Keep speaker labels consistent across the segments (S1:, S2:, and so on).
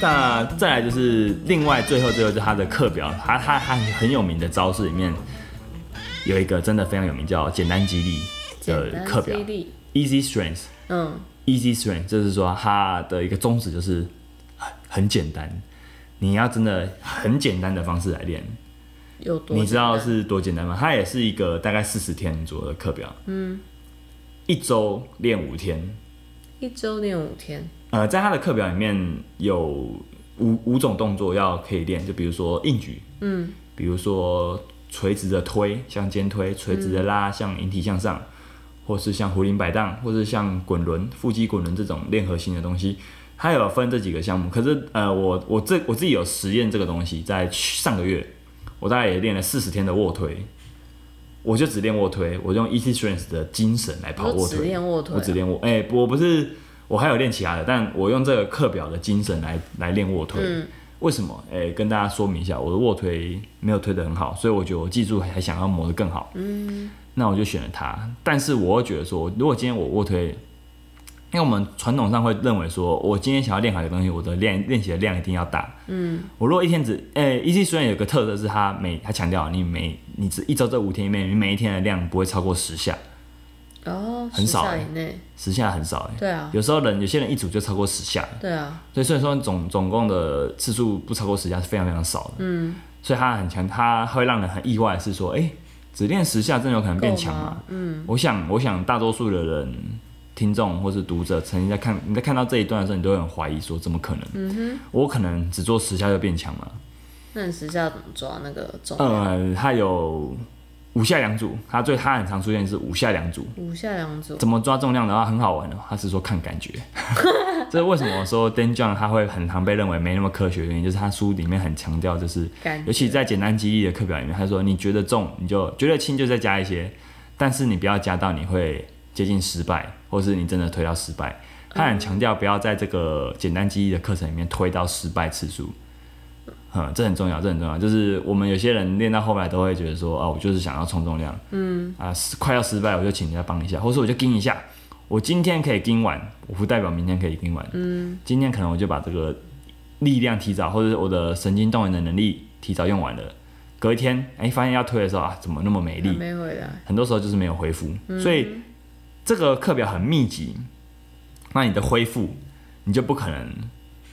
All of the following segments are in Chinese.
S1: 那再来就是另外最后最后就是他的课表，他他他很有名的招式里面有一个真的非常有名叫简单激励
S2: 简
S1: 的
S2: 单
S1: 课表
S2: 激励，
S1: ，Easy Strength。
S2: 嗯，
S1: Easy Strength，就是说它的一个宗旨就是很很简单，你要真的很简单的方式来练。
S2: 有多？
S1: 你知道？是多简单吗？它也是一个大概四十天左右的课表，嗯，一周练五天。
S2: 一周练五天，
S1: 呃，在它的课表里面有五五种动作要可以练，就比如说硬举，嗯，比如说垂直的推，像肩推；垂直的
S2: 嗯
S1: 拉，像引体向上，或是像壶铃摆荡，或是像滚轮、腹肌滚轮这种练核心的东西。它有分这几个项目，可是呃，我我这我自己有实验这个东西，在去上个月，我大概也练了四十天的卧推，我就只练卧推，我用 Easy Strength 的精神来跑
S2: 我
S1: 卧
S2: 只
S1: 推，
S2: 练卧推
S1: 我只
S2: 啊，
S1: 练卧，哎、我不是，我还有练其他的，但我用这个课表的精神来来练卧推。
S2: 嗯
S1: 为什么？哎、跟大家说明一下，我的卧推没有推得很好，所以我觉得我技术还想要磨得更好。嗯，那我就选了它，但是我又觉得说，如果今天我卧推，因为我们传统上会认为说，我今天想要练好一个东西，我的练练习的量一定要大。嗯，我如果一天只，哎、一季虽然有个特色是它每它强调你每你只一周这五天里面，你每一天的量不会超过十下，
S2: 哦，
S1: 很少
S2: 10下
S1: 欸
S2: 以内，
S1: 十下很少哎、
S2: 对啊，
S1: 有时候人有些人一组就超过十下了，
S2: 对啊，
S1: 所以虽然说总总共的次数不超过十下是非常非常少的，嗯，所以他很强，他会让人很意外的是说，哎、只练十下真的有可能变
S2: 够
S1: 强吗
S2: 吗？？嗯，
S1: 我想，我想大多数的人、听众或是读者，曾经在看你在看到这一段的时候，你都会很怀疑说，怎么可能？嗯哼，我可能只做十下就变强了。
S2: 那你实际要怎么抓那个重量？
S1: 呃，他有五下两组，他最他很常出现是五下两组，
S2: 五下两组，
S1: 怎么抓重量的话很好玩的、他是说看感觉。这是为什么我说 Dan John 他会很常被认为没那么科学的原因，就是他书里面很强调，就是
S2: 感
S1: 尤其在简单肌力的课表里面，他说你觉得重你就觉得轻就再加一些，但是你不要加到你会接近失败，或是你真的推到失败。他很强调不要在这个简单肌力的课程里面推到失败次数。嗯，这很重要，这很重要。就是我们有些人练到后来都会觉得说，啊，我就是想要冲重量，嗯，啊，失快要失败，我就请人家帮一下，或是我就盯一下。我今天可以盯完，我不代表明天可以盯完。嗯，今天可能我就把这个力量提早，或者是我的神经动员的能力提早用完了。隔一天，哎、发现要推的时候啊，怎么那么没
S2: 还
S1: 力？嗯
S2: 没回来，
S1: 很多时候就是没有恢复，所以这个课表很密集，那你的恢复你就不可能，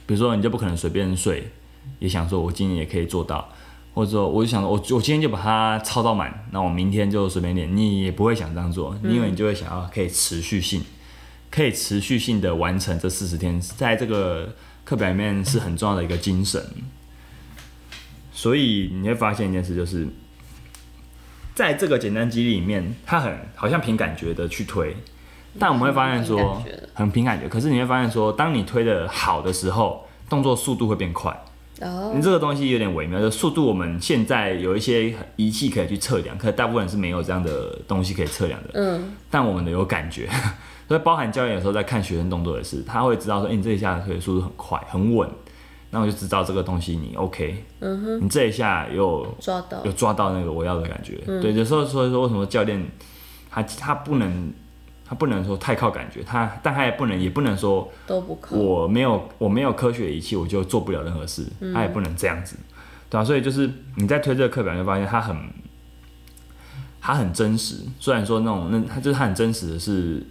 S1: 比如说你就不可能随便睡，也想说我今年也可以做到，或者说我就想说我我今天就把它操到满，那我明天就随便练，你也不会想这样做，
S2: 嗯
S1: 因为你就会想要可以持续性，可以持续性的完成这四十天，在这个课表里面是很重要的一个精神。所以你会发现一件事，就是在这个简单肌力里面，它很好像凭感觉的去推，但我们会发现
S2: 凭
S1: 说
S2: 感觉的
S1: 很凭感觉，可是你会发现说，当你推的好的时候，动作速度会变快。
S2: 然后
S1: 你这个东嗯西有点微妙，就速度我们现在有一些仪器可以去测量，可大部分人是没有这样的东西可以测量的。
S2: 嗯，
S1: 但我们的有感觉， 所以包含教练有时候在看学生动作也是，他会知道说，哎、你这一下推的速度很快很稳，那我就知道这个东西你 OK，嗯哼，你这一下有
S2: 抓到
S1: 有抓到那个我要的感觉。对，有时候所以说为什么教练他他不能他不能说太靠感觉，他但他也不能也不能说
S2: 都不靠，
S1: 我没有我没有科学仪器，我就做不了任何事，他也不能这样子，对啊，所以就是你在推这个课表，你会发现它很，它很真实。虽然说那种那它就是它很真实的是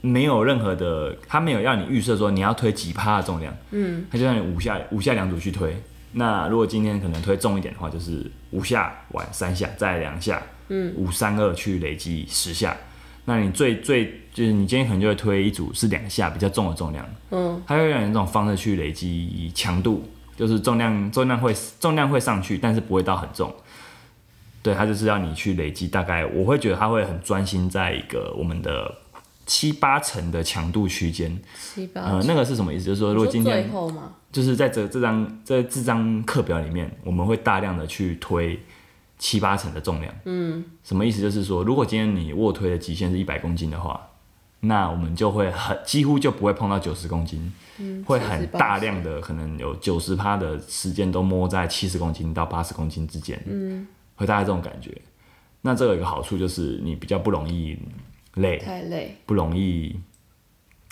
S1: 没有任何的，它没有要你预设说你要推几趴的重量，嗯，它就让你五下五下两组去推。那如果今天可能推重一点的话，就是五下完三下，再两下，嗯，五三二去累积十下。那你最最就是你今天可能就会推一组是两下比较重的重量，
S2: 嗯，
S1: 它会让你这种方式去累积强度，就是重量重量会重量会上去，但是不会到很重。对，它就是要你去累积，大概我会觉得它会很专心在一个我们的七八成的强度区间。
S2: 七八
S1: 呃，那个是什么意思？就是说，如
S2: 你
S1: 果
S2: 说
S1: 今天
S2: 最后嘛，
S1: 就是在这这张在这张课表里面，我们会大量的去推七八成的重量。嗯，什么意思？就是说，如果今天你卧推的极限是一百公斤的话，那我们就会很几乎就不会碰到九十公斤，会很
S2: 70
S1: 大量的可能有九十趴的时间都摸在七十公斤到八十公斤之间。嗯，会大概这种感觉。那这个有一个好处就是你比较不容易累，
S2: 太累，
S1: 不容易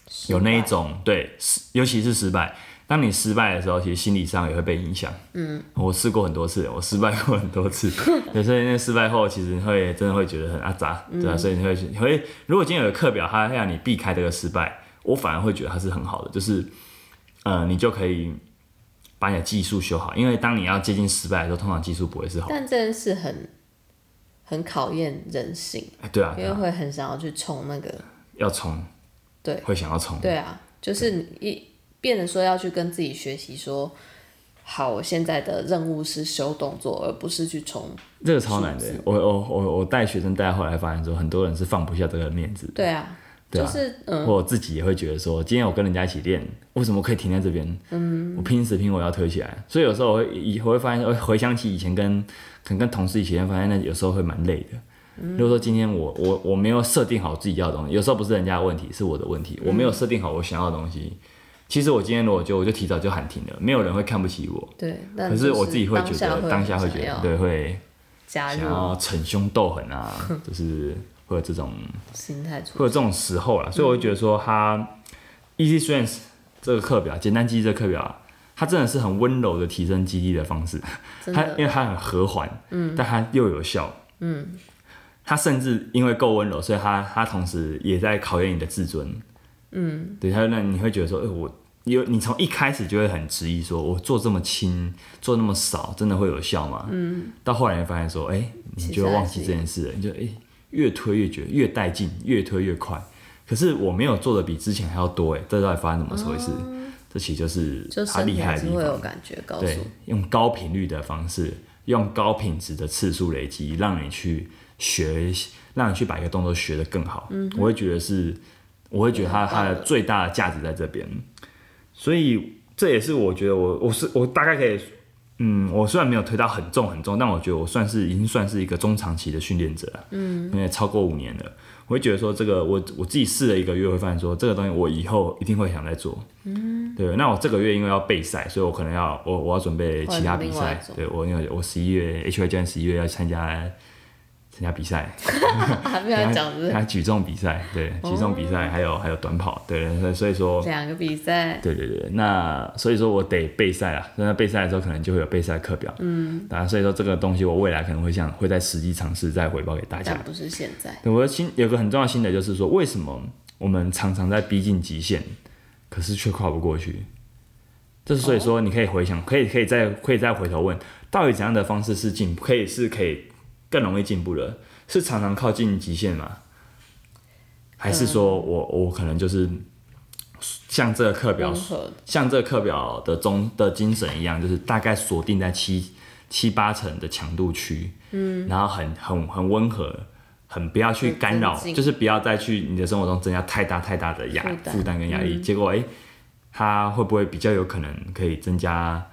S2: 失
S1: 有那一
S2: 败
S1: 种对，失尤其是失败。当你失败的时候，其实心理上也会被影响。嗯，我试过很多次，我失败过很多 次，对，所以那失败后，其实会真的会觉得很阿杂，
S2: 嗯
S1: 对啊，所以你会你会，如果今天有个课表，它让你避开这个失败，我反而会觉得它是很好的，就是，呃，你就可以把你的技术修好，因为当你要接近失败的时候，通常技术不会是好的，
S2: 但这件事很很考验人性，
S1: 哎对啊，
S2: 因
S1: 对
S2: 为
S1: 啊
S2: 会很想要去冲那个，
S1: 要冲，
S2: 对
S1: 会想要冲，
S2: 对啊，就是你一变得说要去跟自己学习说。好，我现在的任务是修动作，而不是去冲。
S1: 这个超难的。我我我我带学生带到后来发现说，很多人是放不下这个面子的。
S2: 对啊，
S1: 对啊
S2: 就是嗯，
S1: 我自己也会觉得说，今天我跟人家一起练，为什么可以停在这边？嗯，我拼死拼活要推起来。所以有时候我会以我会发现，我会回想起以前跟可能跟同事以前，发现那有时候会蛮累的。
S2: 嗯
S1: 如果说今天我我我没有设定好自己要的东西，有时候不是人家的问题，是我的问题，我没有
S2: 嗯
S1: 设定好我想要的东西。其实我今天如果就我就提早就喊停了，没有人会看不起我。
S2: 对。但
S1: 可
S2: 嗯就是
S1: 我自己会觉得当下会觉
S2: 很想
S1: 得
S2: 要嗯
S1: 对会
S2: 加
S1: 想
S2: 入
S1: 要逞凶斗狠啊，就是会有这种
S2: 心态出
S1: 会有这种时候啦，所以我会觉得说它，Easy Strength 这个课表，简单记忆这个课表啊，它真的是很温柔的提升肌力的方式，
S2: 真
S1: 它
S2: 的
S1: 因为它很和缓，嗯，但它又有效，嗯，它甚至因为够温柔，所以它它同时也在考验你的自尊，嗯，对，它会让你会觉得说，哎、我。有你从一开始就会很质疑说，我做这么轻，做那么少，真的会有效吗？嗯，到后来你会发现说，哎、你就会忘记这件事了，你就哎、越推越绝，越带劲，越推越快。可是我没有做的比之前还要多哎，这到底发生怎么回事？这其实就是
S2: 哦就
S1: 他
S2: 身
S1: 厉
S2: 体
S1: 害
S2: 还
S1: 的
S2: 是
S1: 地
S2: 会有
S1: 方。
S2: 感觉告诉
S1: 对
S2: 我。，
S1: 用高频率的方式，用高品质的次数累积，让你去学，让你去把一个动作学得更好。嗯，我会觉得是，我会觉得它
S2: 很
S1: 它
S2: 棒
S1: 的
S2: 了
S1: 最大的价值在这边。所以这也是我觉得我我是我大概可以，嗯，我虽然没有推到很重很重，但我觉得我算是已经算是一个中长期的训练者了，嗯，因为超过五年了，我会觉得说这个我我自己试了一个月，会发现说这个东西我以后一定会想再做，嗯，对，那我这个月因为要备赛，所以我可能要我我要准备其他比
S2: 换另外
S1: 赛
S2: 一，种
S1: 对我因为我十一月 H Y 卷十一月要参加参加比赛，
S2: 还没有讲是哦
S1: 还有举重比赛，对，举重比赛还有还有短跑，对，所以所以说
S2: 两个比赛，
S1: 对对对，那所以说我得备赛啊，那备赛的时候可能就会有备赛课表，嗯，啊，所以说这个东西我未来可能会想会在实际尝试再回报给大家
S2: 但。不是现在。
S1: 对我的心有个很重要的心得就是说，为什么我们常常在逼近极限，可是却跨不过去？这是所以说，你可以回想，可以可以再可以再回头问，到底怎样的方式是进可以是可以更容易进步的？是常常靠近极限吗？还是说我我可能就是像这个课表
S2: 温和的
S1: 像这个课表的中的精神一样，就是大概锁定在七七八成的强度区，嗯，然后很很很温和，很不要去干扰
S2: 很镇，静
S1: 就是不要再去你的生活中增加太大太大的压
S2: 负担嗯
S1: 负担跟压力。结果哎、它会不会比较有可能可以增加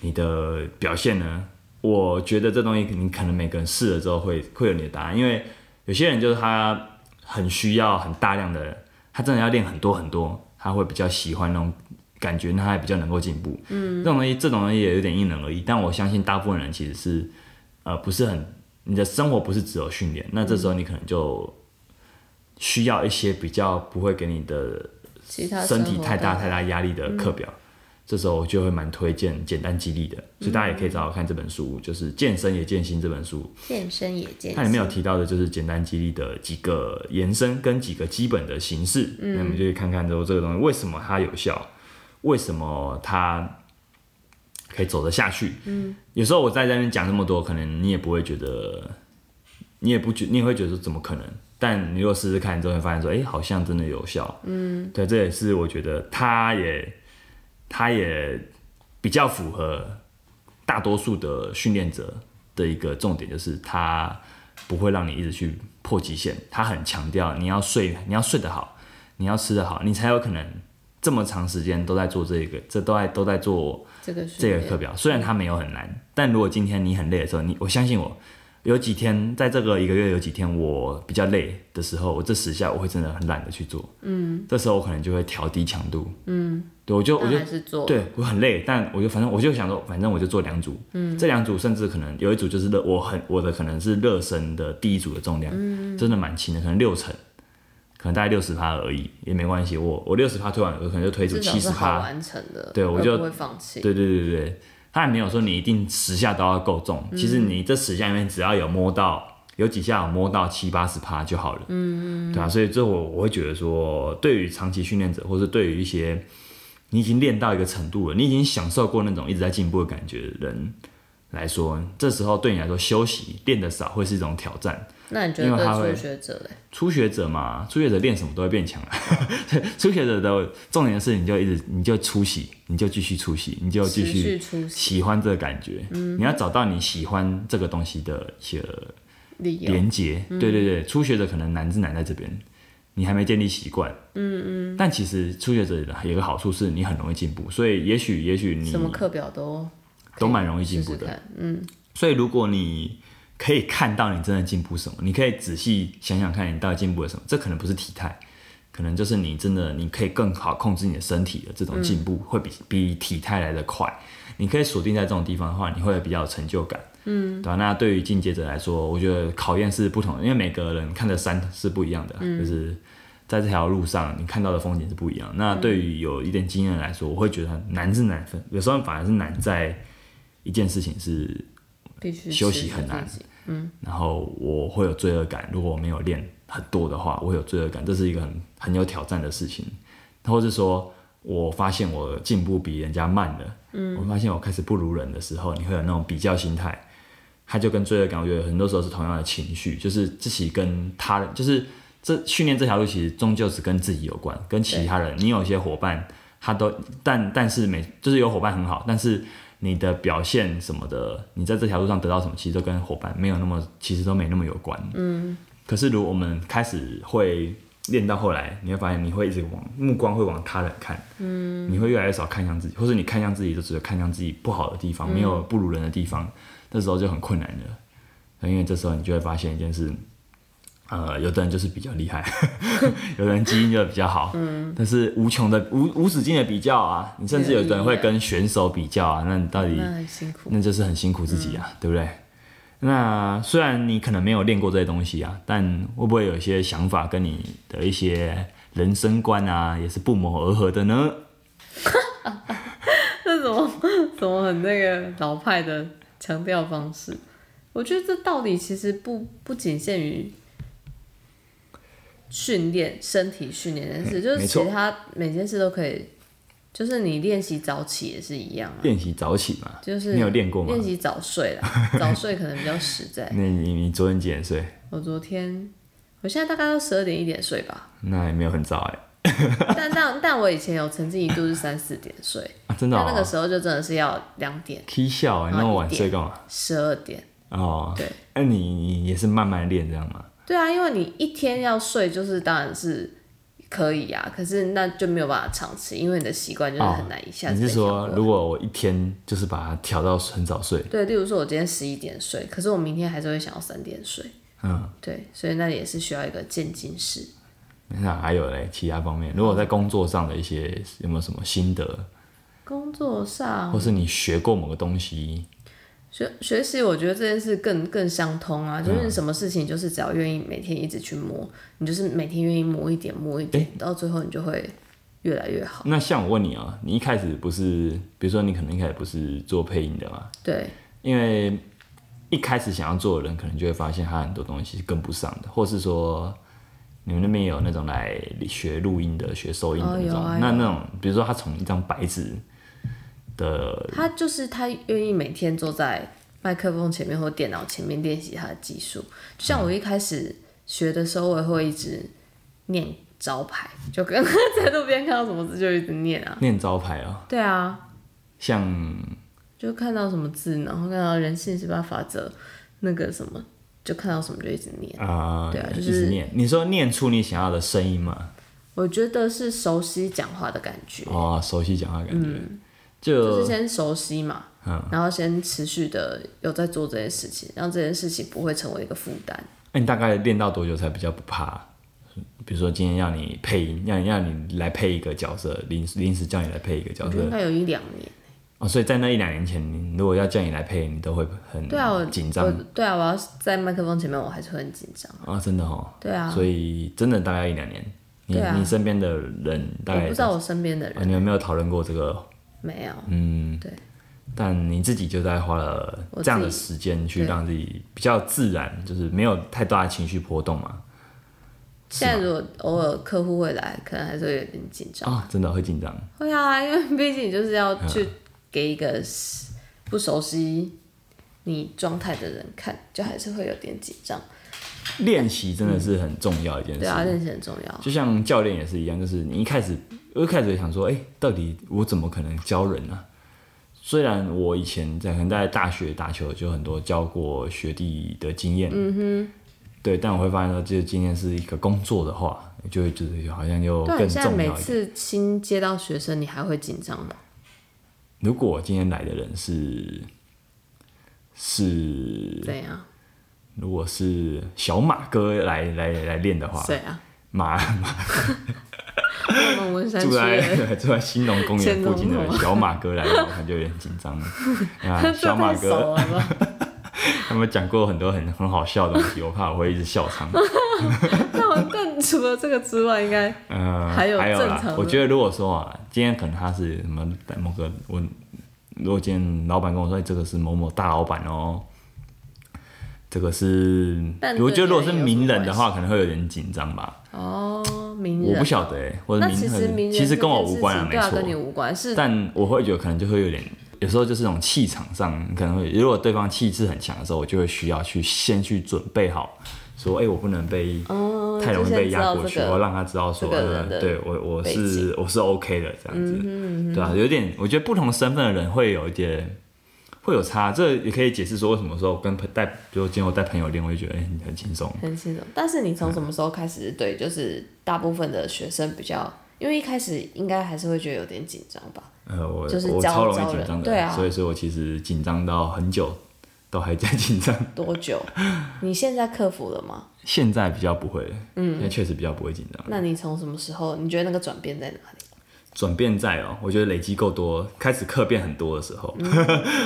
S1: 你的表现呢？我觉得这东西你可能每个人试了之后会会有你的答案，因为有些人就是他很需要很大量的，他真的要练很多很多，他会比较喜欢那种感觉，那他也比较能够进步。嗯，这种东西这种东西也有点因人而异，但我相信大部分人其实是呃不是很你的生活不是只有训练，那这
S2: 嗯
S1: 时候你可能就需要一些比较不会给你的
S2: 其他
S1: 身
S2: 生
S1: 体
S2: 活嗯
S1: 太大
S2: 的
S1: 太大压力的课表，这时候我就会蛮推荐简单激励的，所以大家也可以
S2: 嗯
S1: 找我看这本书，就是《健身也健心》这本书，
S2: 健身也健
S1: 它里面有提到的就是简单激励的几个延伸跟几个基本的形式，那我们就去看看之后这个东西为什么它有效，为什么它可以走得下去。嗯，有时候我在那边讲这么多，可能你也不会觉得，你也不觉，你也会觉得说怎么可能？但你如果试试看之后，会发现说，哎、好像真的有效。嗯，对，这也是我觉得它也它也比较符合大多数的训练者的一个重点，就是它不会让你一直去破极限，它很强调你要睡，你要睡得好，你要吃得好，你才有可能这么长时间都在做这个，这都在都在做
S2: 这个训
S1: 这个
S2: 练
S1: 课表。虽然它没有很难，但如果今天你很累的时候，你我相信我，有几天在这个一个月有几天我比较累的时候，我这十下我会真的很懒得去做，嗯，这时候我可能就会调低强度，嗯，对我就我
S2: 但
S1: 就
S2: 还是做
S1: 对我很累，但我就反正我就想说，反正我就做两组，嗯，这两组甚至可能有一组就是
S2: 嗯
S1: 热，我很我的可能是热身的第一组的重量，真的蛮轻的，可能六成，可能大概六十趴而已，也没关系。我我六十趴推完，我可能就推出
S2: 至少
S1: 七
S2: 是
S1: 十
S2: 好
S1: 趴。
S2: 完成的，
S1: 对我
S2: 而
S1: 就
S2: 不会放弃。
S1: 对对对对对，他也没有说你一定十下都要够中，其实你这十下里面只要有摸到。有几下有摸到七八十趴就好了，嗯，对啊，所以这我我会觉得说，对于长期训练者，或是对于一些你已经练到一个程度了，你已经享受过那种一直在进步的感觉的人来说，这时候对你来说休息练得少会是一种挑战，
S2: 那你觉
S1: 因
S2: 得
S1: 为他
S2: 对
S1: 会
S2: 初学者嘞？
S1: 初学者 嘛，初学者练什么都会变强啊。 初学者的重点是，你就一直你就出席，你就继续出席，你就继
S2: 持续
S1: 续
S2: 出席
S1: 喜欢这个感觉。你要找到你喜欢这个东西的一些
S2: 理由，
S1: 连接。对对对，初学者可能难是难在这边，你还没建立习惯。嗯嗯。但其实初学者有一个好处是，你很容易进步，所以也许也许你
S2: 什么课表都
S1: 都蛮容易进
S2: 试
S1: 步
S2: 试
S1: 的。
S2: 看。嗯，
S1: 所以如果你可以看到你真的进步什么，你可以仔细想想看你到底进步了什么。这可能不是体态，可能就是你真的你可以更好控制你的身体的这种进步，会比比体态来的快。你可以锁定在这种地方的话，你会比较有成就感。嗯，对吧、那对于进阶者来说，我觉得考验是不同的，因为每个人看的山是不一样的啊，就是在这条路上你看到的风景是不一样的。那对于有一点经验的来说，我会觉得难是难分，有时候反而是难在一件事情是
S2: 必须
S1: 休息
S2: 持续
S1: 很难
S2: 自己
S1: 然后我会有罪恶感，如果我没有练很多的话，我会有罪恶感，这是一个很很有挑战的事情。或是说我发现我进步比人家慢了，嗯，我发现我开始不如人的时候，你会有那种比较心态，它就跟罪恶感，我觉得很多时候是同样的情绪，就是自己跟他人，就是这训练这条路其实终究是跟自己有关，跟其他人，你有一些伙伴，他都但但是每就是有伙伴很好，但是你的表现什么的，你在这条路上得到什么，其实都跟伙伴没有那么，其实都没那么有关，嗯。可是如果我们开始会练到后来，你会发现你会一直往目光会往他人看，嗯，你会越来越少看向自己，或者你看向自己就只有看向自己不好的地方，没有不如人的地方，这时候就很困难了。因为这时候你就会发现一件事，呃，有的人就是比较厉 害，有的人基因就比较好，嗯，但是无穷的无无止境的比较啊，你甚至有的人会跟选手比较啊，那你到底
S2: 那很辛苦。
S1: 那就是很辛苦自己
S2: 嗯
S1: 啊，对不对？那虽然你可能没有练过这些东西啊，但会不会有一些想法跟你的一些人生观啊，也是不谋而合的呢？
S2: 这怎么怎么很那个老派的强调方式？我觉得这道理其实不不仅限于训练身体训练这件事，
S1: 嗯
S2: 就是
S1: 没
S2: 其
S1: 错
S2: 他每件事都可以，就是你练习早起也是一样啊，
S1: 练习早起嘛，
S2: 就是
S1: 你有练过吗
S2: 练？习早睡啦，早睡可能比较实 在。
S1: 那你你昨天几点睡？
S2: 我昨天我现在大概都十二点一点睡吧，
S1: 那也没有很早哎、
S2: 但但但我以前有曾经一度是三四点睡，
S1: 啊，真的、
S2: 但
S1: 哦。
S2: 那个时候就真的是要两点
S1: 踢笑、欸，
S2: 啊
S1: 那么晚睡干嘛？
S2: 十二点。
S1: 哦，
S2: 对，
S1: 那、你你也是慢慢练这样吗？
S2: 对啊，因为你一天要睡，就是当然是可以啊，可是那就没有办法长期，因为你的习惯就是很难一下子、
S1: 你是说，如果我一天就是把它调到很早睡，
S2: 对，例如说我今天十一点睡，可是我明天还是会想要三点睡。
S1: 嗯，
S2: 对，所以那也是需要一个渐进式。
S1: 那还有嘞，其他方面，如果在工作上的一些有没有什么心得，
S2: 工作上
S1: 或是你学过某个东西，
S2: 学学习，我觉得这件事更更相通啊，就是你什么事情，就是只要愿意每天一直去摸，你就是每天愿意摸一点摸一点，到最后你就会越来越好。
S1: 那像我问你啊，你一开始不是，比如说你可能一开始不是做配音的嘛，
S2: 对，
S1: 因为一开始想要做的人，可能就会发现他很多东西是跟不上的，或是说你们那边有那种来学录音的、学收音的那
S2: 哦有
S1: 种，
S2: 啊
S1: 那
S2: 有
S1: 那种比如说他从一张白纸的
S2: 他就是他愿意每天坐在麦克风前面或电脑前面练习他的技术。就像我一开始学的时候，我也会一直念招牌，就跟 在路边看到什么字就一直念啊。
S1: 念招牌啊，
S2: 对啊，
S1: 像
S2: 就看到什么字，然后看到人性十八法则那个什么，就看到什么就一直念。
S1: 啊，
S2: 对啊就
S1: 一
S2: 是
S1: 直念，你说念出你想要的声音嘛，
S2: 我觉得是熟悉讲话的感觉，
S1: 哦，熟悉讲话的感觉，就
S2: 嗯就是先熟悉嘛，
S1: 嗯
S2: 然后先持续的有在做这件事情，让这件事情不会成为一个负担。
S1: 那、哎你大概练到多久才比较不怕？嗯比如说今天要你配音，要你要你来配一个角色，临临时叫你来配一个角
S2: 我觉
S1: 色
S2: 得应，该有一两年。
S1: 哦，所以在那一两年前，你如果要叫你来配，你都会很
S2: 对啊，我
S1: 紧张
S2: 我对啊，我要在麦克风前面，我还是会很紧张。
S1: 啊，真的哦。
S2: 对啊，
S1: 所以真的大概一两年，你、
S2: 对啊
S1: 你身边的人大
S2: 我
S1: 概
S2: 不知道我身边的人
S1: 啊你们没有讨论过这个，
S2: 没有，
S1: 嗯，
S2: 对。
S1: 但你自己就大概花了
S2: 我
S1: 这样的
S2: 自
S1: 时间去
S2: 对
S1: 让自己比较自然，就是没有太大的情绪波动嘛。
S2: 现在如果偶尔客户会来，可能还是会有点紧张。
S1: 啊，真的会紧张。
S2: 会啊，因为毕竟你就是要去给一个不熟悉你状态的人看，就还是会有点紧张。
S1: 练习真的是很重要一件事。
S2: 对啊，认识很重要。
S1: 就像教练也是一样，就是你一开始，我一开始也想说，哎、到底我怎么可能教人呢、啊？虽然我以前在可能在大学打球就很多教过学弟的经验，嗯哼，对，但我会发现说，这个经验是一个工作的话，就会就是好像又
S2: 对，
S1: 更
S2: 你现在
S1: 重
S2: 每
S1: 要一点。
S2: 次新接到学生，你还会紧张吗？
S1: 如果今天来的人是是，
S2: 对啊，
S1: 如果是小马哥来来来练的话，
S2: 谁啊？
S1: 马
S2: 我们文山
S1: 住
S2: 区的
S1: 在 住在兴隆公园附近的
S2: 啊
S1: 小马哥来，我看就有点紧张 了。啊， 小马
S2: 这太熟
S1: 哥
S2: 了吧？
S1: 他们讲过很多很很好笑的东西，我怕我会一直笑场。
S2: 但我但除了这个之外，应该
S1: 呃，
S2: 还有正常
S1: 啦
S2: 的，
S1: 我觉得如果说啊，今天可能他是什么某个我，如果今天老板跟我说、哎这个是某某大老板哦。这个是
S2: 但，对
S1: 我觉得如果
S2: 人
S1: 是
S2: 有什么
S1: 名人的
S2: 关
S1: 话，可能会有点紧张吧。
S2: 哦，名
S1: 我不
S2: 人。
S1: 晓得哎，或者
S2: 那
S1: 名
S2: 其实
S1: 人
S2: 名人
S1: 其实
S2: 这
S1: 跟我
S2: 件
S1: 无
S2: 事
S1: 关
S2: 情
S1: 没
S2: 对啊，
S1: 错
S2: 跟。你无关是
S1: 但我会觉得可能就会有点，有时候就是那种气场上，可能会如果对方气势很强的时候，我就会需要去先去准备好，说，哎、我不能被、
S2: 哦，
S1: 太容易
S2: 就
S1: 被
S2: 先知
S1: 压
S2: 道
S1: 过去，
S2: 这
S1: 我要
S2: 个
S1: 让他知道说，
S2: 这个人
S1: 呃
S2: 的
S1: 对我我
S2: 背景嗯
S1: 是我是 OK 的这样子，对啊，有点，我觉得不同身份的人会有一点。会有差，这也可以解释说为什么说我跟朋带，比如说今天我带朋友练，我就觉得哎、你很轻松，
S2: 很清楚。但是你从什么时候开始对，就是大部分的学生比较，因为一开始应该还是会觉得有点紧张 吧？
S1: 呃，我
S2: 就是
S1: 我
S2: 教
S1: 超容易
S2: 教
S1: 紧
S2: 人
S1: 张的，
S2: 对啊
S1: 所以说我其实紧张到很久，都还在紧张。
S2: 多久？你现在克服了吗？
S1: 现在比较不会，嗯，现在确实比较不会紧张。
S2: 那你从什么时候？你觉得那个转变在哪里？
S1: 转变在哦、我觉得累积够多，开始课变很多的时候，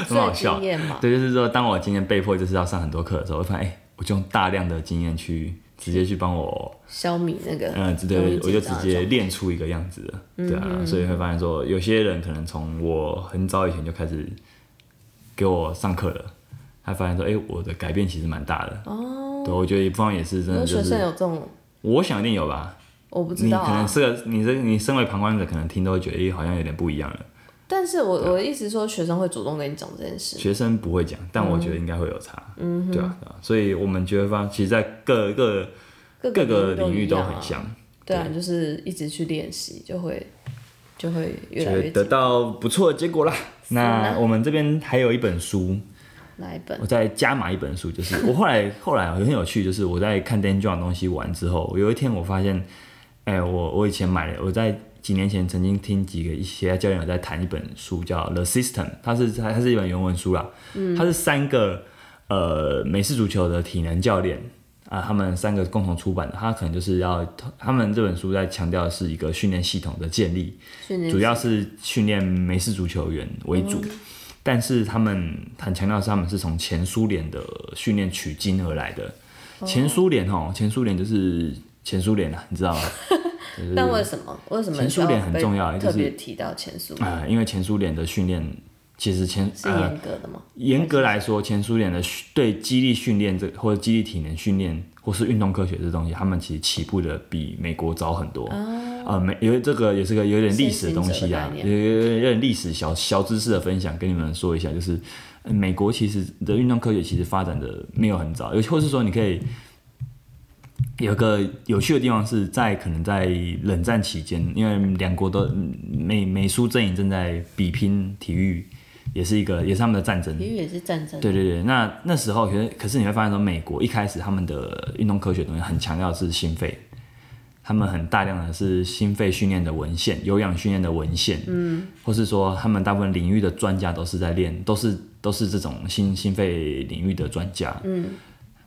S1: 很好
S2: 最
S1: 笑
S2: 嗯经。验嘛，
S1: 对，就是说，当我今天被迫就是要上很多课的时候，我会发现，哎、我就用大量的经验去直接去帮我，
S2: 消弭那个
S1: 嗯、对
S2: 容易
S1: 对，我就直
S2: 紧张的
S1: 接嗯
S2: 状态嗯
S1: 练出一个样子了，对啊，所以会发现说，有些人可能从我很早以前就开始给我上课了，他发现说，哎、我的改变其实蛮大的。
S2: 哦。
S1: 对，我觉得一方面也是真
S2: 有
S1: 的，就
S2: 学生
S1: 是
S2: 有这种，
S1: 我想一定有吧，
S2: 我不知
S1: 你
S2: 道
S1: 可能
S2: 啊。
S1: 是个你这你身为旁观者，可能听都会觉得，咦，好像有点不一样了。
S2: 但是
S1: 啊
S2: 我我的意思说，学生会主动跟你讲这件事。
S1: 学生不会讲，但我觉得应该会有差，嗯，对啊，对啊所以我们觉得发，其实，在各个
S2: 各
S1: 各个领
S2: 领
S1: 域
S2: 都
S1: 都
S2: 一样啊
S1: 很。像，
S2: 对啊，就是一直去练习，就会就会越
S1: 觉
S2: 来
S1: 得
S2: 越
S1: 得
S2: 紧。
S1: 到不错的结果啦。
S2: 啊
S1: 那我们这边还有一本书，
S2: 哪一本
S1: 我？再加码一本书，就是 我后来后来很有趣，就是我在看 Dan John 的东西完之后，有一天我发现，哎、我我以前买了，我在几年前曾经听几个一些教练有在谈一本书叫《The System》，它是它它是一本原文书啦，它是三个呃美式足球的体能教练啊，他们三个共同出版的，它可能就是要他们这本书在强调的是一个训练系统的建立，
S2: 训练
S1: 主要是嗯训练美式足球员为主，但是他们很强调是他们是从前苏联的训练取经而来的。前苏联哦，前苏联就是前苏联啊，你知道吗？
S2: 但为什么为什么
S1: 前苏联很
S2: 要被
S1: 重要就
S2: 特
S1: 是
S2: 别提到前苏联
S1: 啊、 因为前苏联的训练其实前
S2: 是
S1: 呃
S2: 严格的吗？
S1: 严格来说，前苏联的训对肌力训练这或者肌力体能训练或是运动科学这东西，他们其实起步的比美国早很多。啊，美因为这个也是个有点历史的东
S2: 先行
S1: 西
S2: 者
S1: 啊
S2: 的，概
S1: 有有有点历史小小知识的分享，跟你们说一下，就是呃美国其实的运动科学其实发展的没有很早，尤其或是说你可以有个有趣的地方是在可能在冷战期间，因为两国的美美苏阵营正在比拼体育，也是一个也是他们的战争
S2: 体。育也是战争。
S1: 对对对，那那时候可是可是你会发现说，美国一开始他们的运动科学东西很强调的是心肺，他们很大量的是心肺训练的文献、有氧训练的文献，嗯，或是说他们大部分领域的专家都是在练，都是都是这种心心肺领域的专家，嗯。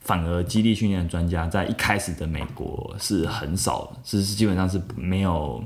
S1: 反而肌力训练的专家在一开始的美国是很少的，是是基本上是没有，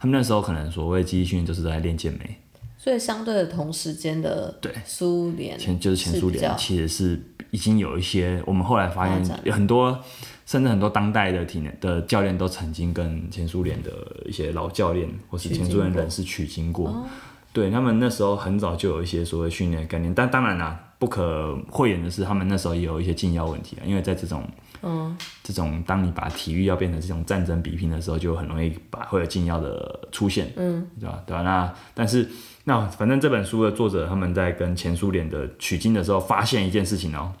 S1: 他们那时候可能所谓肌力训练就是在练健美，
S2: 所以相对的同时间的
S1: 对
S2: 苏联
S1: 前就是前苏
S2: 是比较
S1: 联其实是已经有一些，我们后来发
S2: 发
S1: 现很多，甚至很多当代的体能的教练都曾经跟前苏联的一些老教练或是
S2: 取
S1: 前
S2: 经
S1: 苏联
S2: 过哦
S1: 人士取经过，对他们那时候很早就有一些所谓训练的概念，但当然啦。不可讳言的是，他们那时候也有一些禁药问题啊，因为在这种，
S2: 嗯，
S1: 这种当你把体育要变成这种战争比拼的时候，就很容易把会有禁药的出现，嗯，对吧？对吧？那但是那反正这本书的作者他们在跟前苏联的取经的时候，发现一件事情哦，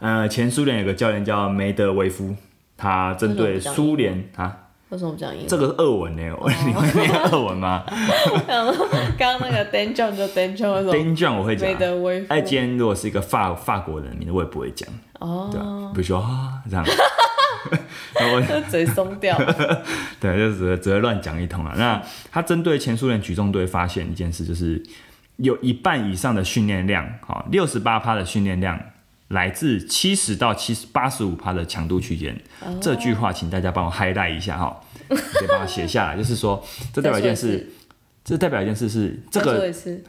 S1: 呃，前苏联有个教练叫梅德维夫，他针对
S2: 为什么不讲
S1: 苏联啊，
S2: 为什么不讲英文？
S1: 这个是俄文呢，你会念俄文吗
S2: 刚刚那个 Dan John 就 Dan John，为什么
S1: ？Dan 啊 John 我会讲
S2: 没，得威风？
S1: 哎，今天如果是一个法法国人的名字，我也不会讲，对吧、
S2: 哦，
S1: 比如说啊这样，然后我
S2: 这嘴松 掉，
S1: 对，就只会只会乱讲一通啊。那他针对前苏联举重队发现一件事，就是有一半以上的训练量，好，六十八趴的训练量来自七十到七十八十五趴的强度区间。
S2: 哦
S1: 这句话请大家帮我 highlight 一下哈，你可以帮我写下来，就是 说这代表一件
S2: 再说一
S1: 事
S2: 次，
S1: 这代表一件事是这
S2: 再说
S1: 个
S2: 一次，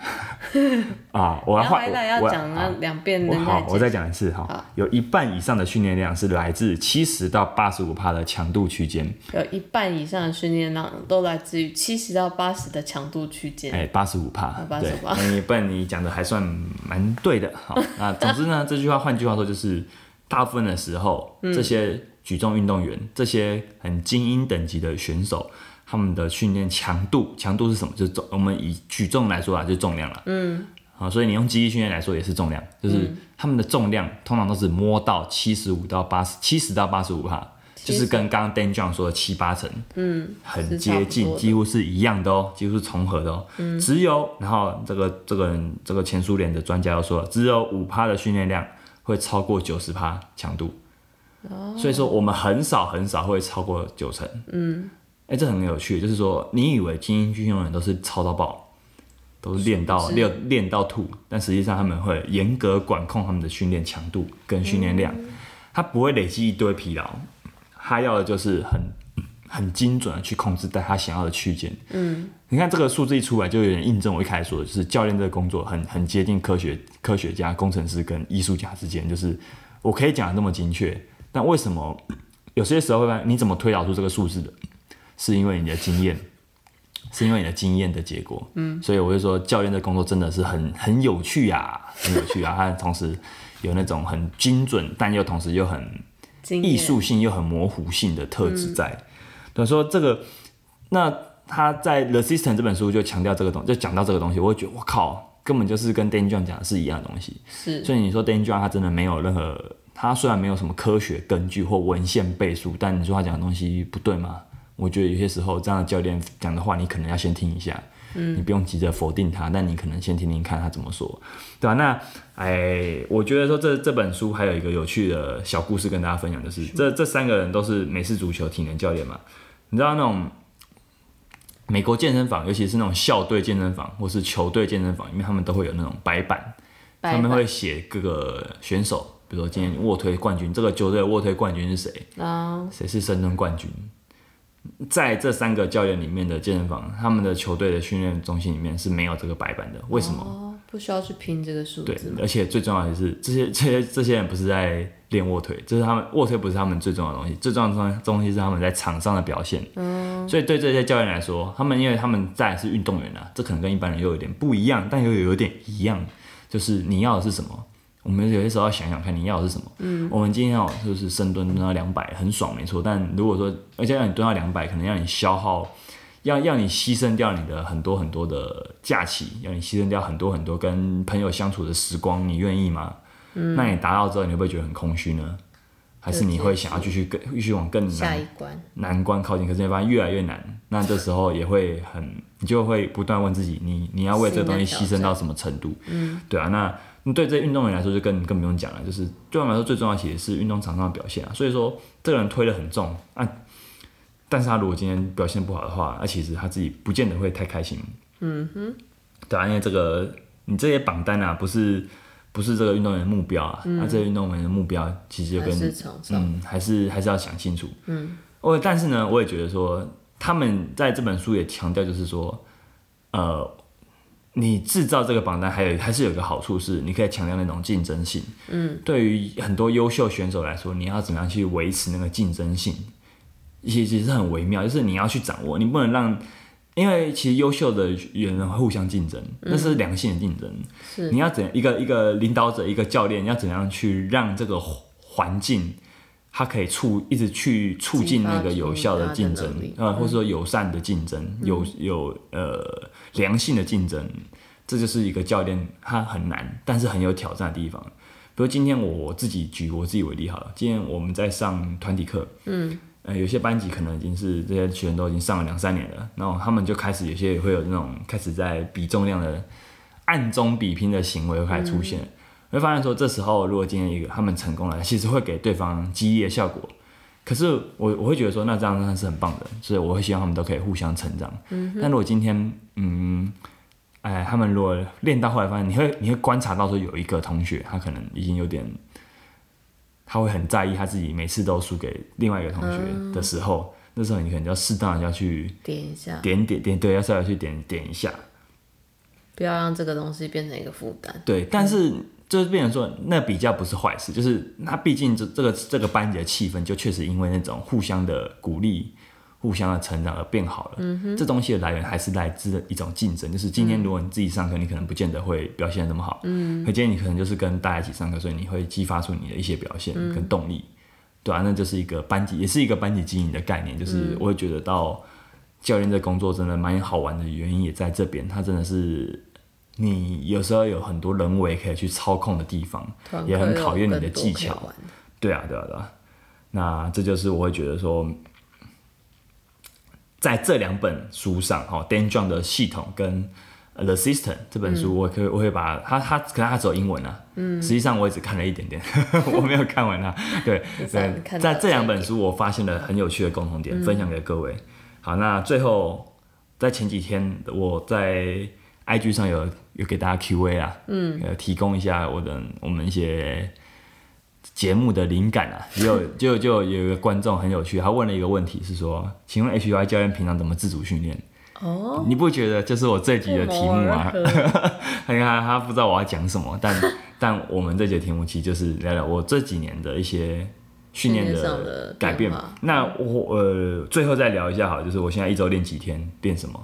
S1: 啊，我
S2: 要
S1: 要画
S2: 歪
S1: 我
S2: 了
S1: 我
S2: 要讲
S1: 好
S2: 那两遍，
S1: 我
S2: 人家
S1: 好，我再讲一次哈，有一半以上的训练量是来自七十到八十五帕的强度区间，
S2: 有一半以上的训练量都来自于七十到八十的强度区间。
S1: 哎，八十五帕
S2: 啊，85%
S1: 对，那你不然你讲的还算蛮对的。 好，那总之呢，这句话换句话说就是，大部分的时候，这些举重运动员，这些很精英等级的选手，他们的训练强度，强度是什么？就是重，我们以举重来说啊，就是重量了。嗯。好，所以你用肌力训练来说也是重量，就是
S2: 嗯
S1: 他们的重量通常都是摸到七十五到八十，七十到八十五帕，就是跟刚刚 Dan John 说的七八成，嗯，很
S2: 是差不
S1: 接
S2: 多
S1: 近，
S2: 的嗯
S1: 几乎是一样的哦，几乎是重合的哦。只有然后这个这个人这个前苏联的专家又说了，只有五趴的训练量会超过九十趴强度，
S2: 哦
S1: 所以说我们很少很少会超过九成。嗯，哎，这很有趣，就是说你以为精英运动员都是超到爆，都是练到
S2: 是
S1: 练练到吐，但实际上他们会严格管控他们的训练强度跟训练量，他不会累积一堆疲劳，他要的就是很很精准的去控制在他想要的区间。嗯，你看这个数字一出来，就有点印证我一开始说的，就是教练这个工作很很接近科学科学家、工程师跟艺术家之间，就是我可以讲的那么精确，但为什么有些时候会发现你怎么推导出这个数字的？是因为你的经验，是因为你的经验的结果。嗯，所以我就说，教练的工作真的是很很有趣啊，很有趣啊。他同时有那种很精准，但又同时又很
S2: 经验
S1: 艺术性又很模糊性的特质在。等于说这个，那他在《Resistance》这本书就强调这个东，就讲到这个东西，我会觉得我靠，根本就是跟 Dan John 讲的是一样的东西。
S2: 是
S1: 所以你说 Dan John 他真的没有任何，他虽然没有什么科学根据或文献背书，但你说他讲的东西不对吗？我觉得有些时候这样的教练讲的话，你可能要先听一下，嗯，你不用急着否定他，但你可能先听听看他怎么说，对吧、啊那哎，我觉得说这这本书还有一个有趣的小故事跟大家分享，就是这这三个人都是美式足球体能教练嘛，你知道那种美国健身房，尤其是那种校队健身房或是球队健身房里面，他们都会有那种白板，
S2: 白
S1: 他们
S2: 板
S1: 会写各个选手，比如说今天卧推冠军，这个球队的卧推冠军是谁？
S2: 啊，
S1: 谁是深蹲冠军？在这三个教练里面的健身房，他们的球队的训练中心里面是没有这个白板的，为什么？
S2: 哦，不需要去拼这个数
S1: 对
S2: 字，嘛，
S1: 而且最重要的是，这些这些这些人不是在练卧推，就是他们卧推不是他们最重要的东西，最重要的东东西是他们在场上的表现。嗯，所以对这些教练来说，他们因为他们在是运动员啊，这可能跟一般人又有点不一样，但又有点一样，就是你要的是什么。我们有些时候要想想看你要的是什么。嗯，我们今天哦，就是深蹲蹲到两百，很爽，没错。但如果说，而且让你蹲到两百，可能让你消耗要要你牺牲掉你的很多很多的假期，要你牺牲掉很多很多跟朋友相处的时光，你愿意吗？嗯、那你达到之后，你会不会觉得很空虚呢？还是你会想要继续更继续往更
S2: 下
S1: 难
S2: 一关
S1: 难关靠近？可是你发现越来越难，那这时候也会很，你就会不断问自己，你你要为这个东西牺牲到什么程度？嗯，对啊，那那对这些运动员来说就更更不用讲了，就是对他们来说最重要其实是运动场上的表现啊。所以说，这个人推得很重，啊，但是他如果今天表现不好的话，那、其实他自己不见得会太开心。嗯哼，对啊，因为这个你这些榜单啊，不是不是这个运动员的目标啊，那、这些运动员的目标其实就
S2: 还
S1: 跟
S2: 是场上
S1: 嗯，还是还是要想清楚。嗯，我但是呢，我也觉得说，他们在这本书也强调，就是说，呃，你制造这个榜单，还有还是有个好处是，你可以强调那种竞争性。嗯，对于很多优秀选手来说，你要怎么样去维持那个竞争性，其实是很微妙，就是你要去掌握，你不能让，因为其实优秀的人互相竞争，那是良性的竞争。
S2: 嗯是
S1: 你要怎一个一个领导者，一个教练，你要怎样去让这个环境，它可以促一直去促进那个有效的竞争
S2: 激发出大家的能力，嗯
S1: 呃，或者说友善的竞争，有有呃良性的竞争，这就是一个教练他很难，但是很有挑战的地方。比如今天我我自己举我自己为例好了，今天我们在上团体课，嗯，呃，有些班级可能已经是这些学员都已经上了两三年了，然后他们就开始有些也会有那种开始在比重量的暗中比拼的行为会开始出现，会发现说这时候如果今天一个他们成功了，其实会给对方激励的效果。可是我我会觉得说，那这样真的是很棒的，所以我会希望他们都可以互相成长。嗯、但如果今天，嗯，哎，他们如果练到后来，发现你会你会观察到说，有一个同学他可能已经有点，他会很在意他自己每次都输给另外一个同学的时候，那时候你可能就要适当的要去
S2: 点一下，
S1: 点点点，对，要稍微去点点一下。
S2: 不要让这个东西变成一个负担。
S1: 对，但是就是变成说，那比较不是坏事，就是那毕竟这这个这个班级的气氛，就确实因为那种互相的鼓励、互相的成长而变好了。嗯、这东西的来源还是来自一种竞争，就是
S2: 嗯
S1: 今天如果你自己上课，你可能不见得会表现得那么好，嗯，可今天你可能就是跟大家一起上课，所以你会激发出你的一些表现
S2: 嗯
S1: 跟动力。对啊，那就是一个班级，也是一个班级经营的概念。
S2: 嗯
S1: 就是我会觉得到教练这工作真的蛮好玩的原因也在这边，它真的是你有时候有很多人为可以去操控的地方，
S2: 团
S1: 也
S2: 课
S1: 很
S2: 有
S1: 考验你的
S2: 更多
S1: 技
S2: 可以
S1: 巧
S2: 玩。
S1: 对啊，对啊，对啊。那这就是我会觉得说，在这两本书上，哦、，Dan John 的系统跟呃 The System 这本书，我可以我会把它，它可能它只有英文啊，嗯，实际上我也只看了一点点， 我没有看完它。啊对
S2: 你只能
S1: 对，
S2: 看
S1: 在
S2: 到
S1: 这两
S2: 这一
S1: 本书，我发现了很有趣的共同点，分享给各位。好，那最后在前几天，我在 IG 上有有给大家 Q&A 啊，嗯，呃，提供一下我的我们一些节目的灵感啊，也有 就就有一个观众很有趣，他问了一个问题是说，请问 HY 教练平常怎么自主训练？
S2: 哦，
S1: 你不觉得就是我这集的题目啊？
S2: 不谋而合
S1: 他他他不知道我要讲什么， 但但我们这节题目其实就是聊聊我这几年的一些训练
S2: 训练上的
S1: 改变
S2: 变化。
S1: 那我呃最后再聊一下好了，就是我现在一周练几天，练什么？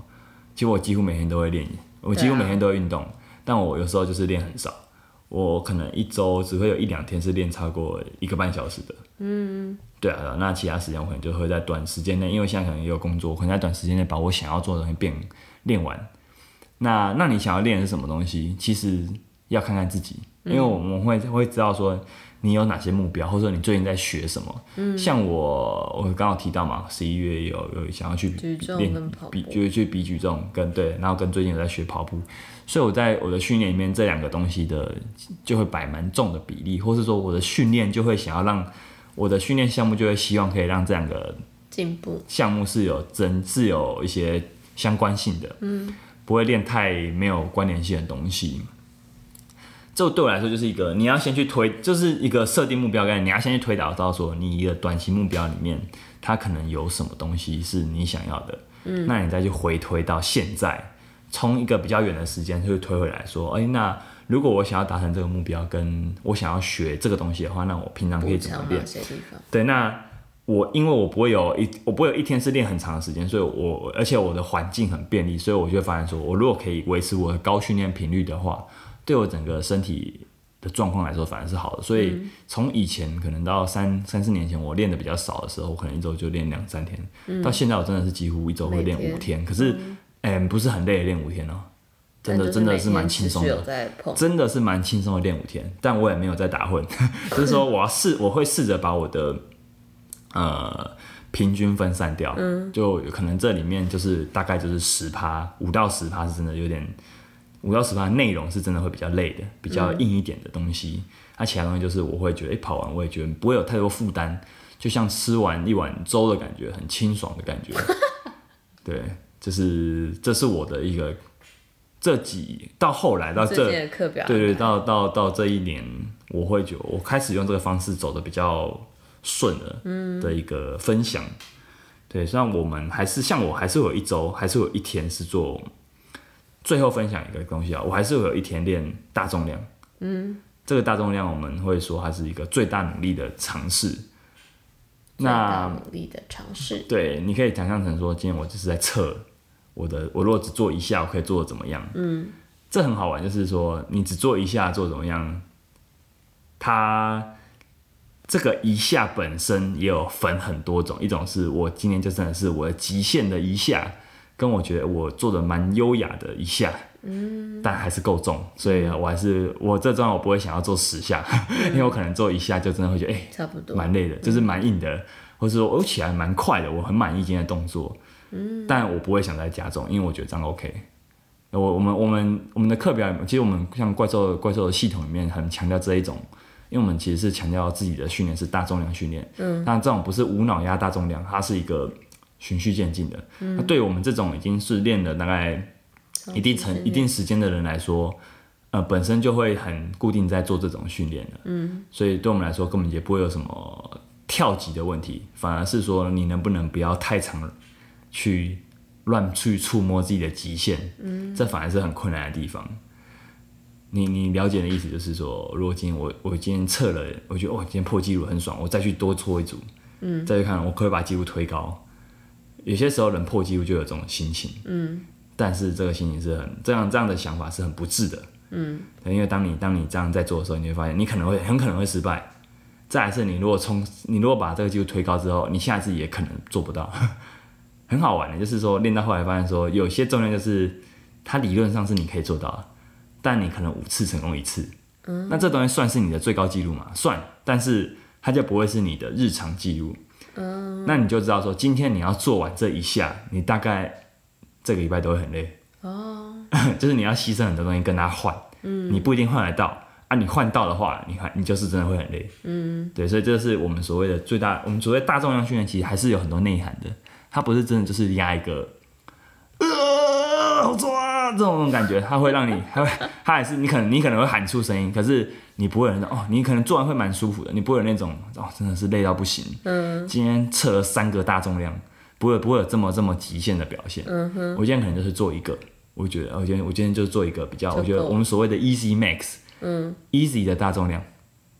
S1: 其实我几乎每天都会练，我几乎
S2: 对啊
S1: 每天都会运动，但我有时候就是练很少。我可能一周只会有一两天是练超过一个半小时的，嗯，对啊，对啊那其他时间我可能就会在短时间内，因为现在可能也有工作，我可能在短时间内把我想要做的东西变练完，那那你想要练的是什么东西？其实要看看自己，因为我们会会知道说你有哪些目标，或者说你最近在学什么。嗯，像我我刚好提到嘛，十一月有有想要去
S2: 举重
S1: 练
S2: 跟跑步
S1: 比就去比举重跟对，然后跟最近有在学跑步，所以我在我的训练里面这两个东西的就会摆蛮重的比例，或是说我的训练就会想要让我的训练项目就会希望可以让这两个
S2: 进步，
S1: 项目是有真是有一些相关性的，嗯，不会练太没有关联性的东西。这对我来说就是一个，你要先去推，就是一个设定目标概念，你要先去推导到说你一个短期目标里面，它可能有什么东西是你想要的，嗯，那你再去回推到现在，从一个比较远的时间去推回来说，哎、那如果我想要达成这个目标，跟我想要学这个东西的话，那我平常可以
S2: 补
S1: 怎么
S2: 强
S1: 练
S2: 哪？些地方？
S1: 对，那我因为我不会有一我不会有一天是练很长的时间，所以我而且我的环境很便利，所以我就会发现说，我如果可以维持我的高训练频率的话，对我整个身体的状况来说反而是好的。所
S2: 嗯
S1: 以从以前可能到三三四年前，我练的比较少的时候，我可能一周就练两三天，到现在我真的是几乎一周会
S2: 嗯每
S1: 练
S2: 天
S1: 五天，可是嗯不是很累的练五天哦，真的
S2: 但就
S1: 真的
S2: 每
S1: 是蛮
S2: 天
S1: 轻
S2: 持续
S1: 松的
S2: 有。在碰，
S1: 真的是蛮轻松的练五天，但我也没有在打混， 就是说我要试，我会试着把我的呃平均分散掉，
S2: 嗯
S1: 就有可能这里面就是大概就是十趴，五到十趴是真的有点，五到十趴内容是真的会比较累的，比较硬一点的东西，那、其他东西就是我会觉得，哎、跑完我也觉得不会有太多负担，就像吃完一碗粥的感觉，很清爽的感 觉，对，就是这是我的一个。这几到后来到
S2: 最
S1: 这
S2: 近的课表
S1: 对对，
S2: 安排
S1: 到到到这一年，我会觉我开始用这个方式走的比较顺
S2: 嗯
S1: 了的一个分享。对，虽然我们还是像我，还是有一周，还是有一天是做最后分享一个东西啊，我还是有一天练大重量。嗯，这个大重量我们会说它是一个最大努力的尝试。那
S2: 最大努力的尝试，
S1: 对，你可以想象成说，今天我就是在测我的，我如果只做一下，我可以做的怎么样？嗯，这很好玩，就是说你只做一下，做得怎么样？它这个一下本身也有分很多种，一种是我今天就真的是我的极限的一下，跟我觉得我做的蛮优雅的一下。嗯，但还是够重，所以我还是我这段我不会想要做十下， 因为我可能做一下就真的会觉得，哎、
S2: 差不多。
S1: 蛮累的，就是蛮硬的，或是说我起来蛮快的，我很满意今天的动作，嗯，但我不会想再加重，因为我觉得这样 OK。我我们我们我们的课表，其实我们像怪兽怪兽的系统里面很强调这一种，因为我们其实是强调自己的训练是大重量训练，嗯，但这种不是无脑压大重量，它是一个循序渐进的。那对于我们这种已经是练了大概一定程一定时间的人来说，呃，本身就会很固定在做这种训练了，嗯，所以对我们来说根本也不会有什么跳级的问题，反而是说你能不能不要太常去乱去触摸自己的极限，嗯，这反而是很困难的地方。你你了解的意思就是说，如果今天我我今天测了，我觉得哦，今天破纪录很爽，我再去多搓一组，嗯，再去看我可不可以把纪录推高。有些时候人破纪录就有这种心情，嗯，但是这个心情是很这样这样的想法是很不智的，对因为当你当你这样在做的时候，你会发现你可能会很可能会失败。再来是你如果冲，你如果把这个技术推高之后，你下一次也可能做不到。 很好玩的，就是说练到后来发现说，有些重量就是它理论上是你可以做到的，但你可能五次成功一次，那这东西算是你的最高纪录嘛？算，但是它就不会是你的日常记录。那你就知道说，今天你要做完这一下，你大概这个礼拜都会很累。哦， 就是你要牺牲很多东西跟他换，嗯，你不一定换得到啊。你换到的话，你看你就是真的会很累，嗯，对，所以这是我们所谓的最大，我们所谓大重量训练，其实还是有很多内涵的，它不是真的就是压一个，呃，好重啊这种这种感觉，它会让你，它会，它还是你可能你可能会喊出声音，可是你不会有那种哦，你可能做完会蛮舒服的，你不会有那种哦真的是累到不行，嗯，今天测了三个大重量，不会不会有这么这么极限的表现，嗯哼，我今天可能就是做一个。我觉得，我今天我今天就做一个比较，
S2: 就够
S1: 我觉得我们所谓的 easy max，嗯，easy 的大重量，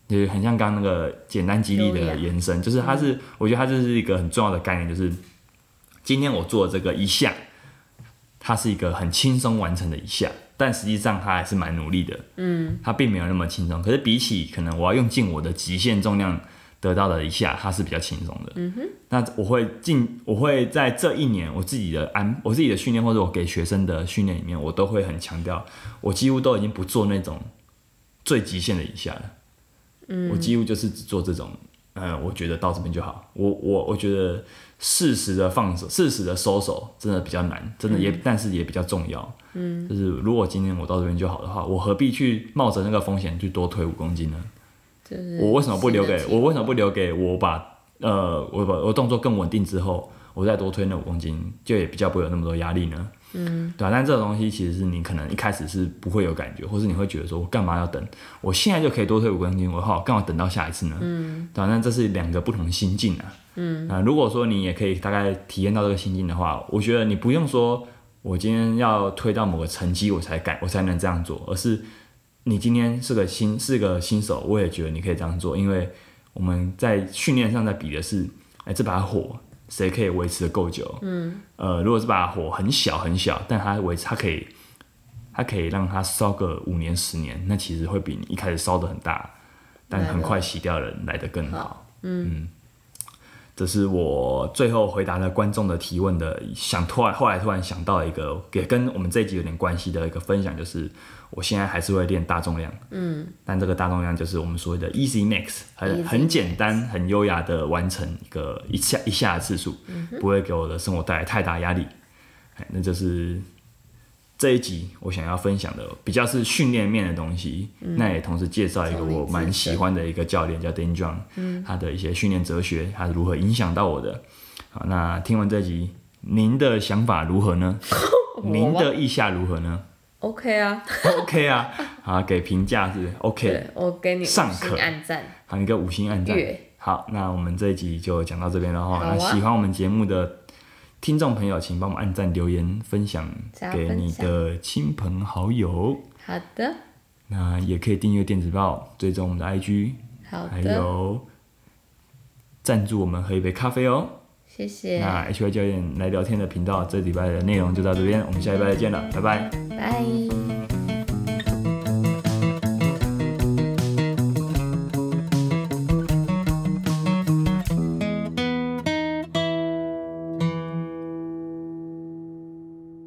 S1: 就是很像刚刚那个简单肌力
S2: 有
S1: 的
S2: 氧
S1: 延伸，就是它是，我觉得它这是一个很重要的概念，就是今天我做的这个一下，它是一个很轻松完成的一下，但实际上它还是蛮努力的，嗯，它并没有那么轻松，可是比起可能我要用尽我的极限重量。得到的一下，它是比较轻松的。嗯哼，那我会进，我会在这一年我自己的安，我自己的训练或者我给学生的训练里面，我都会很强调，我几乎都已经不做那种最极限的一下了。嗯，我几乎就是只做这种，嗯，我觉得到这边就好。我我我觉得适时的放手，适时的收手，真的比较难，真的也，但是也比较重要。嗯，就是如果今天我到这边就好的话，我何必去冒着那个风险去多推五公斤呢？
S2: 就是
S1: 我为什么不留给
S2: 新的体
S1: 我为什么不留给我把呃我把我动作更稳定之后，我再多推那五公斤，就也比较不会有那么多压力呢？嗯，对啊，但这种东西其实是你可能一开始是不会有感觉，或是你会觉得说我干嘛要等？我现在就可以多推五公斤，我好干嘛等到下一次呢？嗯，对啊，那这是两个不同心境啊。嗯，啊，如果说你也可以大概体验到这个心境的话，我觉得你不用说我今天要推到某个成绩我才敢我才能这样做，而是你今天是个新是个新手，我也觉得你可以这样做，因为我们在训练上在比的是，哎、这把火谁可以维持的够久？嗯，呃，如果这把火很小很小，但它维持它可以，它可以让它烧个五年十年，那其实会比你一开始烧的很大，但很快熄掉了来的更好。嗯。这是我最后回答了观众的提问的，想突然后来突然想到一个也跟我们这一集有点关系的一个分享，就是我现在还是会练大重量，嗯，但这个大重量就是我们所谓的 easy max，很
S2: Easy
S1: 很简单、很优雅的完成一个一下一下的次数，不会给我的生活带来太大压力。哎那就是这一集我想要分享的比较是训练面的东西，那也同时介绍一个
S2: 从你
S1: 我
S2: 嗯自
S1: 蛮
S2: 身
S1: 喜欢的一个教练叫 Dan John，、嗯、他的一些训练哲学，他如何影响到我的。好，那听完这集，您的想法如何 呢？
S2: 我
S1: 您的意下如何呢
S2: OK 啊，
S1: ？OK 啊，好，给评价是 OK，
S2: 对我给你
S1: 上
S2: 五星
S1: 课
S2: 暗赞，
S1: 好，你给五星按赞。
S2: 月
S1: 好，那我们这一集就讲到这边了哈。
S2: 好啊
S1: 那喜欢我们节目的听众朋友，请帮我们按赞、留言、分享
S2: 加
S1: 给
S2: 分
S1: 你
S2: 享
S1: 的亲朋好友。
S2: 好的，
S1: 那也可以订阅电子报，追踪我们的 IG，
S2: 好
S1: 还
S2: 的，
S1: 有赞助我们喝一杯咖啡哦。
S2: 谢谢，
S1: 那 HY 教练来聊天的频道，这礼拜的内容就到这边，我们下礼拜再见了，拜拜。
S2: 拜。